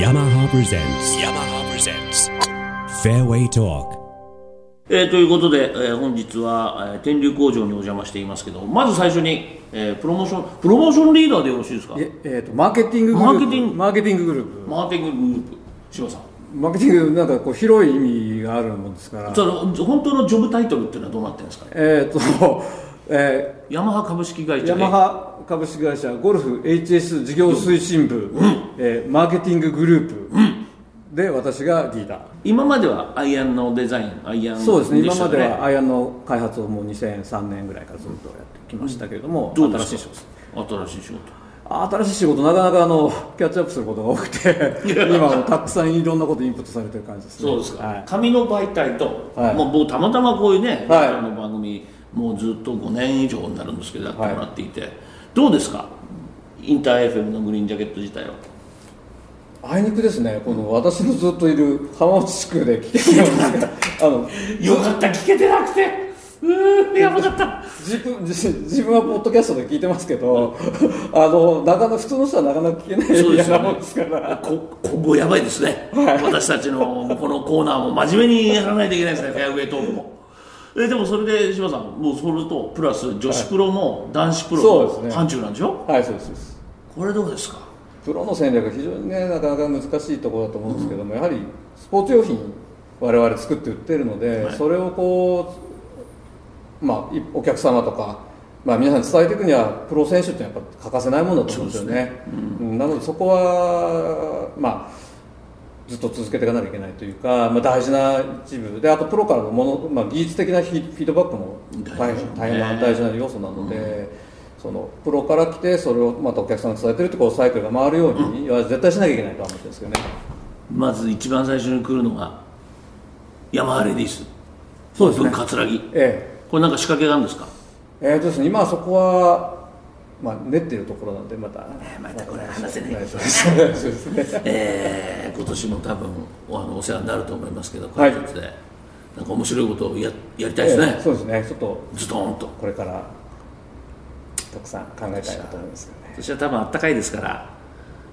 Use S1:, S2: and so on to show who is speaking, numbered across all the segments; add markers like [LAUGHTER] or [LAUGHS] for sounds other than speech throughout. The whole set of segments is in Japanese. S1: yamaha presents yamaha presents fairway talk
S2: えーということで、えー本日は、えー天竜工場にお邪魔していますけどまず最初に、えープロモーションプロモーションリーダーでよろしいですか
S3: ええーとマーケティンググループ
S2: マーケティング
S3: マーケティンググループ
S2: マーケティンググループ柴田さん
S3: マーケティングなんかこう広い意味があるもんで
S2: [LAUGHS]
S3: すから
S2: その本当のジョブタイトルっていうのはどうなってるんですかね
S3: えっ、と、 [LAUGHS] え
S2: ヤマハ株式会
S3: ー
S2: 社
S3: ヤ
S2: で
S3: マハ株式会社ゴルフ HS 事業推進部、えーマーケティンググループ、で私がリーダー
S2: 今まではアイアンのデザインアイアン
S3: そうですね
S2: し
S3: 今
S2: た
S3: ま
S2: よね
S3: ではアイアンの開発をもう2003年ぐらいからずっとやってきましたけれども、
S2: どうです
S3: 新しい
S2: か
S3: 仕事
S2: 新しい仕事
S3: 新しい仕事なかなかあのキャッチアップすることが多くて今もたくさんいろんなことインプットされてる感じですね
S2: そうですか、
S3: はい
S2: 紙の媒体と、
S3: はい
S2: もう僕たまたまこういうね、
S3: はい
S2: あの番組もうずっと5年以上になるんですけどやってもらっていて、どうですかインター FM のグリーンジャケット自体は
S3: あいにくですね、この私のずっといる浜松地区で危険なん
S2: [LAUGHS]
S3: ですが、あの
S2: よかった聞けてなくてうーやばかった
S3: 自分自自分はポッドキャストで聞いてますけど、あのなかなか普通の人はなかなか聞けない
S2: そう
S3: エ
S2: で
S3: リ
S2: す
S3: ア
S2: よ
S3: な
S2: ね
S3: もんですから、
S2: こ今後やばいですね、私たちのこのコーナーも真面目にやらないといけないですね、フェアウェイトークも。えでもそれで柴田さん、もうそれとプラス女子プロも男子プロ
S3: そう
S2: も
S3: ですね
S2: 範疇なんでしょ、
S3: はい、そうですそうです。
S2: これどうですか、
S3: プロの戦略は非常にねなかなか難しいところだと思うんですけども、やはりスポーツ用品我々作って売ってるので、
S2: はい
S3: それをこうまあいお客様とかまあ皆さんに伝えていくにはプロ選手ってやっぱ欠かせないものだと思うんですよねうんなのでそこはまあずっと続けていかなきゃいけないというか、まあ、大事な一部であとプロからのもの、まあ、技術的なフィフィードバックも大変大変な大事な要素なので、そのプロから来てそれをまたお客さんに伝えてるってこうサイクルが回るようには絶対しなきゃいけないとは思ってるんですけどね、
S2: まず一番最初に来るのが、山ハレディス、
S3: そうですね
S2: オープン葛城、
S3: え
S2: これなんか仕掛けがあるんですか、
S3: ええーとですね、今はそこは、まあ、練ってるところなんでまた
S2: またこれ話せない
S3: [LAUGHS] そうですね
S2: えー今年も多分おあのお世話になると思いますけど、こ
S3: は
S2: うい
S3: いう
S2: やつで、なんか面白いことをややりたいですね
S3: ええ、そうですねちょっと
S2: ズドーンと。
S3: これからたくさん考えたいなと思いますけどね
S2: 私は多分あったかいですから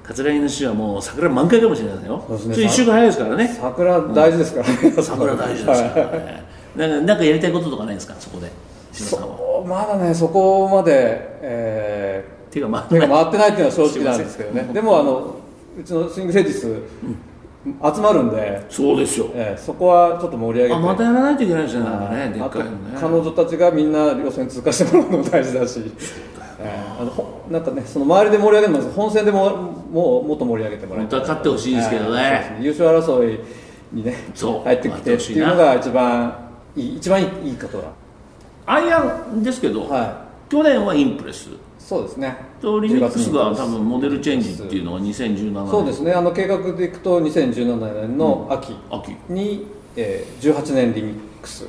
S2: 桂木の市はもう桜満開かもしれないですよ
S3: そうです
S2: ね
S3: ね
S2: 1週間早いですからね
S3: 桜大事ですからね、
S2: 桜大事です
S3: は
S2: か
S3: い
S2: らねなんかなんかやりたいこととかないですかそこで島さんは
S3: そうまだねそこまで、え
S2: 手が
S3: ー手
S2: 回ら
S3: が
S2: ない
S3: 回ってないっていうのは正直なんですけどねでもあのうちのスイングセージス、集まるんで、
S2: そうですよ
S3: えーそこはちょっと盛り上げ
S2: あ
S3: て
S2: またやらないといけないですねなんか
S3: はい
S2: ねでっかいの
S3: あ
S2: ね
S3: と彼女たちがみんな予選通過してもらうのも大事だしえーあのほなんかねその周りで盛り上げるのも本戦でももうもっと盛り上げてもらい
S2: 本当
S3: たい
S2: は勝ってほしいですけど
S3: はいそう
S2: ね
S3: です優勝争いにね
S2: そう
S3: 入ってきてっていうのが一番いい一番いいことだ
S2: アイアンですけど、
S3: は
S2: 去年はインプレス
S3: そうですね
S2: とリミックスが
S3: 10月
S2: 多
S3: に
S2: 分モデルチェンジっていうのが2017年
S3: そうですねあの計画でいくと2017年の秋
S2: 秋
S3: に、えー18年リミックス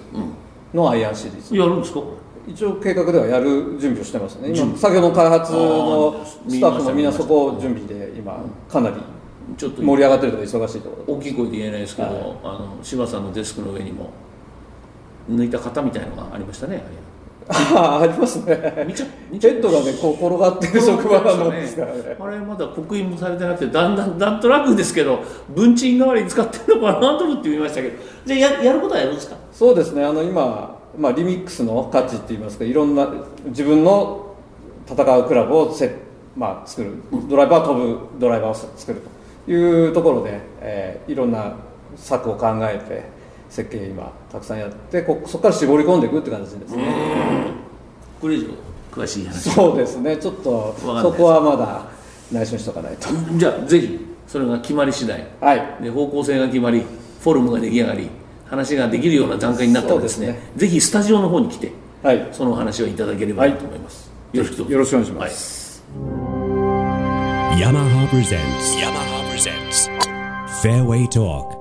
S3: のアイアンシリーズ、
S2: やるんですか
S3: 一応計画ではやる準備をしてますね今先ほどの開発のスタッフもみんなそこを準備で今かなり
S2: ちょっと
S3: 盛り上がってるとか忙しいところ
S2: 大きい声で言えないですけど、
S3: はい
S2: あの柴さんのデスクの上にも抜いた型みたいのがありましたね
S3: [LAUGHS] ああありますね
S2: あれ見ちゃ見ち
S3: ベ
S2: ゃ
S3: ッドがねこう転がってる職場なもんですからね
S2: あれまだ刻印もされてなくてだんだんなんとなくですけど文鎮代わりに使ってるのかなと思って見ましたけどじゃあややることはやるんですか
S3: そうですねあの今、まあ、リミックスの価値っていいますかいろんな自分の戦うクラブをせ、まあ、作るドライバー飛ぶドライバーを作るというところで、えーいろんな策を考えて設計今たくさんやってこそこから絞り込んでいくって感じですね
S2: これ以上詳しい話
S3: そうですねちょっと
S2: かんない
S3: そこはまだ内緒にしとかないと
S2: じゃあぜひそれが決まり次第
S3: はい
S2: で方向性が決まりフォルムが出来上がり話ができるような段階になったらですね
S3: そうです
S2: ぜひスタジオの方に来て
S3: はい
S2: そのお話をいただければなと思います、よろしくどうぞ
S3: よろしくお願いします、
S1: yamaha presents yamaha presents fairway talk